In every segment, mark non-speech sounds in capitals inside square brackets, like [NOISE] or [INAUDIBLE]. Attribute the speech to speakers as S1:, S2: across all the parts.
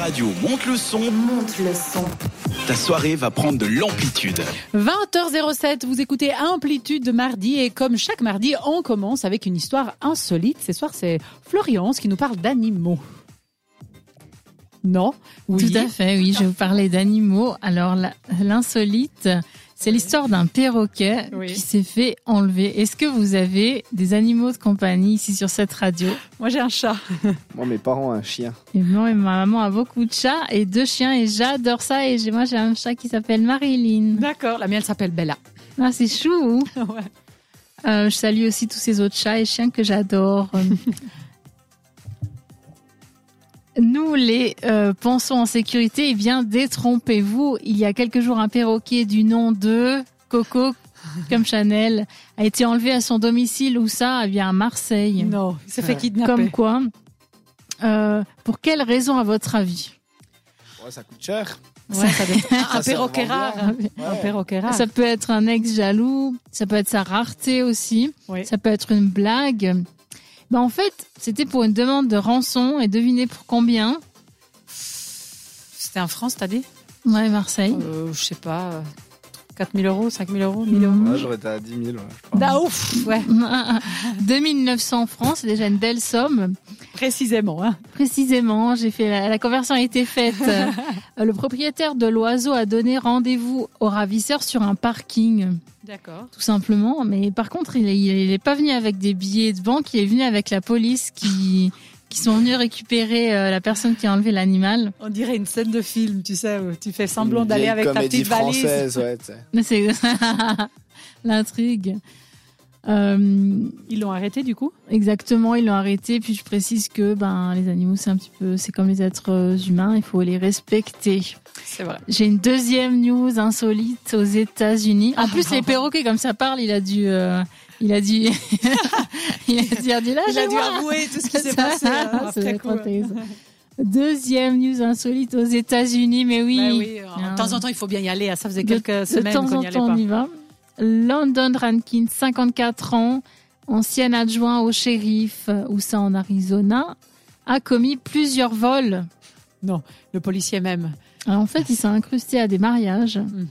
S1: radio monte le son,
S2: Monte le son.
S1: ta soirée va prendre de l'amplitude.
S3: 20h07, vous écoutez Amplitude de mardi et comme chaque mardi, on commence avec une histoire insolite. Ce soir, c'est Florence qui nous parle d'animaux. Non Oui.
S4: Tout à fait, oui, je vous parlais d'animaux. Alors, la- l'insolite, c'est l'histoire d'un perroquet
S3: Oui.
S4: qui s'est fait enlever. Est-ce que vous avez des animaux de compagnie ici sur cette radio
S3: Moi, j'ai un chat.
S5: Moi, mes parents ont un chien.
S4: et Moi et ma maman a beaucoup de chats et deux chiens et j'adore ça. Et j'ai- moi, j'ai un chat qui s'appelle Marilyn.
S3: D'accord, la mienne s'appelle Bella.
S4: Ah, c'est chou
S3: [LAUGHS] Ouais.
S4: Euh, Je salue aussi tous ces autres chats et chiens que j'adore. Euh, Nous, les euh, pensons en sécurité, eh bien, détrompez-vous. Il y a quelques jours, un perroquet du nom de Coco, comme Chanel, a été enlevé à son domicile, où ça Eh bien, à Marseille.
S3: Non, euh, il s'est fait
S5: Ouais.
S3: kidnapper.
S4: Comme quoi Euh, Pour quelles raisons, à votre avis
S5: Ouais, ça coûte cher.
S3: Ouais, ça dépend. un
S5: ça
S3: perroquet
S5: revend
S3: rare.
S5: bien.
S3: hein. Un perroquet rare.
S4: Ça peut être un ex jaloux, ça peut être sa rareté aussi,
S3: Oui.
S4: ça peut être une blague. Ben en fait, c'était pour une demande de rançon et devinez pour combien
S3: C'était en France, t'as dit
S4: Ouais,
S3: [LAUGHS]
S4: Marseille.
S3: euh, Je sais pas. euh, 4000 euros, 5000 euros, 1000 euros.
S5: Moi, j'aurais été à 10 000. ouais.
S3: Ah ouf, Mm. ouais,
S4: 2900 francs, c'est déjà une belle somme.
S3: précisément. hein.
S4: Précisément, j'ai fait la, la conversion a été faite. Euh, Le propriétaire de l'oiseau a donné rendez-vous au ravisseur sur un parking,
S3: D'accord.
S4: tout simplement. Mais par contre, il n'est pas venu avec des billets de banque, il est venu avec la police qui, qui sont venus récupérer euh, la personne qui a enlevé l'animal. [LAUGHS]
S3: On dirait une scène de film, tu sais, où tu fais semblant
S5: Une
S3: d'aller
S5: vieille
S3: avec ta
S5: comédie
S3: petite valise.
S5: française, ouais. tu sais.
S4: Mais C'est [LAUGHS] l'intrigue. Euh,
S3: Ils l'ont arrêté du coup
S4: exactement, ils l'ont arrêté. Puis je précise que ben les animaux, c'est un petit peu, c'est comme les êtres euh, humains, il faut les respecter.
S3: C'est vrai.
S4: J'ai une deuxième news insolite aux États-Unis.
S3: Ah,
S4: En plus, les perroquets, comme ça parle, il a dû, euh, il a dû, [LAUGHS] il a dû, dire, là,
S3: Il a
S4: j'ai
S3: dû
S4: moi.
S3: avouer tout ce [LAUGHS] qui s'est
S4: Ça,
S3: passé hein,
S4: ça doit
S3: après
S4: être
S3: coup. [LAUGHS]
S4: intéressant. Ah, Deuxième news insolite aux États-Unis, mais oui.
S3: Bah oui, euh,
S4: Ah.
S3: de temps en temps, il faut bien y aller. ah, Ça faisait
S4: De-
S3: quelques
S4: de
S3: semaines
S4: temps
S3: qu'on
S4: en
S3: n'y allait
S4: temps, on
S3: pas.
S4: y va. London Rankin, 54 ans, ancien adjoint au shérif, euh, où ça en Arizona, a commis plusieurs vols.
S3: Le policier même.
S4: Alors, en fait, il s'est incrusté à des mariages.
S3: Mhm.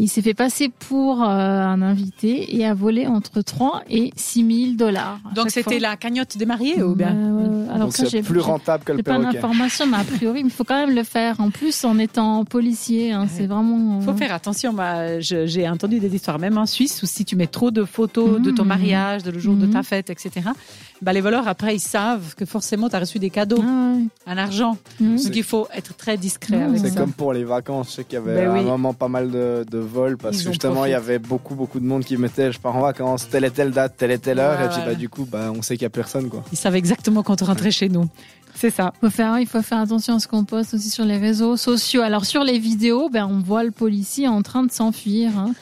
S4: Il s'est fait passer pour euh, un invité et a volé entre 3 et 6 000 dollars.
S3: Donc c'était la cagnotte des mariés ou bien
S4: Euh, alors
S3: Ah,
S5: Donc,
S4: ça, j'ai
S5: c'est plus
S4: j'ai-
S5: rentable que le
S4: j'ai pas
S5: perroquet.
S4: l'information, mais a priori, il faut quand même le faire. En plus, en étant policier, hein, c'est vraiment.
S3: faut faire attention, bah, je- j'ai entendu des histoires, même en Suisse, où si tu mets trop de photos de ton
S4: Mhm.
S3: mariage, de le jour de ta
S4: Mhm.
S3: fête, etc., bah, les voleurs, après, ils savent que forcément, tu as reçu des
S4: Ah
S3: cadeaux,
S4: ouais.
S3: un argent.
S4: Mhm.
S3: Donc, il faut être très discret
S4: Mhm.
S3: avec
S5: Mmh. C'est
S3: ça.
S5: comme pour les vacances, je sais qu'il y avait
S3: Ben
S5: à
S3: oui.
S5: un moment pas mal de, de vols parce
S3: Ils en
S5: que justement il y avait beaucoup beaucoup de monde qui mettait je pars en vacances, telle et telle date, telle et telle heure,
S3: Ouais,
S5: et puis
S3: voilà.
S5: bah, du coup bah, on sait qu'il y a personne quoi.
S3: Ils savent exactement quand on rentrait chez nous. C'est ça.
S4: Faut faire, il faut faire attention à ce qu'on poste aussi sur les réseaux sociaux. Alors sur les vidéos, ben on voit le policier en train de s'enfuir.
S3: [LAUGHS]
S4: hein.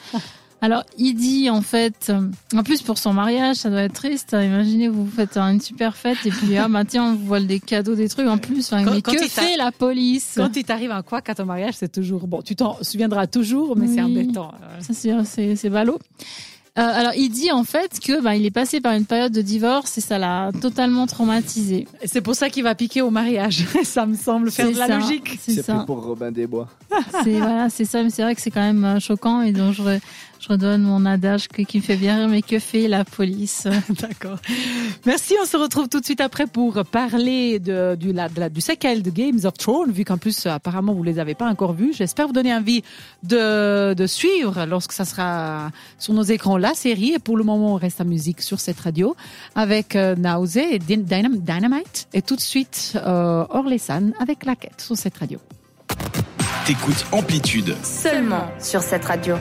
S4: Alors il dit en fait, euh, en plus pour son mariage, ça doit être triste. hein. Imaginez vous faites euh, une super fête et puis ah bah tiens on vous vole des cadeaux, des trucs en plus. Enfin,
S3: Quand-
S4: mais
S3: quand
S4: que
S3: il t'a-
S4: fait la police
S3: Quand il t'arrive un quoi à ton mariage, c'est toujours bon. Tu t'en souviendras toujours, mais c'est
S4: Oui.
S3: embêtant. Euh,
S4: Ça, c'est- c'est c'est ballot. Euh, alors, il dit en fait que ben, il est passé par une période de divorce et ça l'a totalement traumatisé.
S3: et C'est pour ça qu'il va piquer au mariage. [LAUGHS] ça me semble faire
S4: C'est
S3: de la
S4: ça,
S3: logique.
S4: C'est
S5: C'est
S4: ça.
S5: plus pour Robin des Bois.
S4: [LAUGHS] C'est voilà, c'est ça, mais c'est vrai que c'est quand même euh, choquant et donc je, re- je redonne mon adage que- qui me fait bien rire, mais que fait la police
S3: [LAUGHS] D'accord. Merci. On se retrouve tout de suite après pour parler de, du, la- de la- du séquel de Games of Thrones, vu qu'en plus, euh, apparemment, vous les avez pas encore vus. J'espère vous donner envie de, de suivre lorsque ça sera sur nos écrans la série. Et pour le moment, on reste à musique sur cette radio avec euh, Nausée et Dyn- Dynam- Dynamite. Et tout de suite, euh, Orlésan avec la quête sur cette radio.
S1: T'écoutes Amplitude.
S2: Seulement sur cette radio.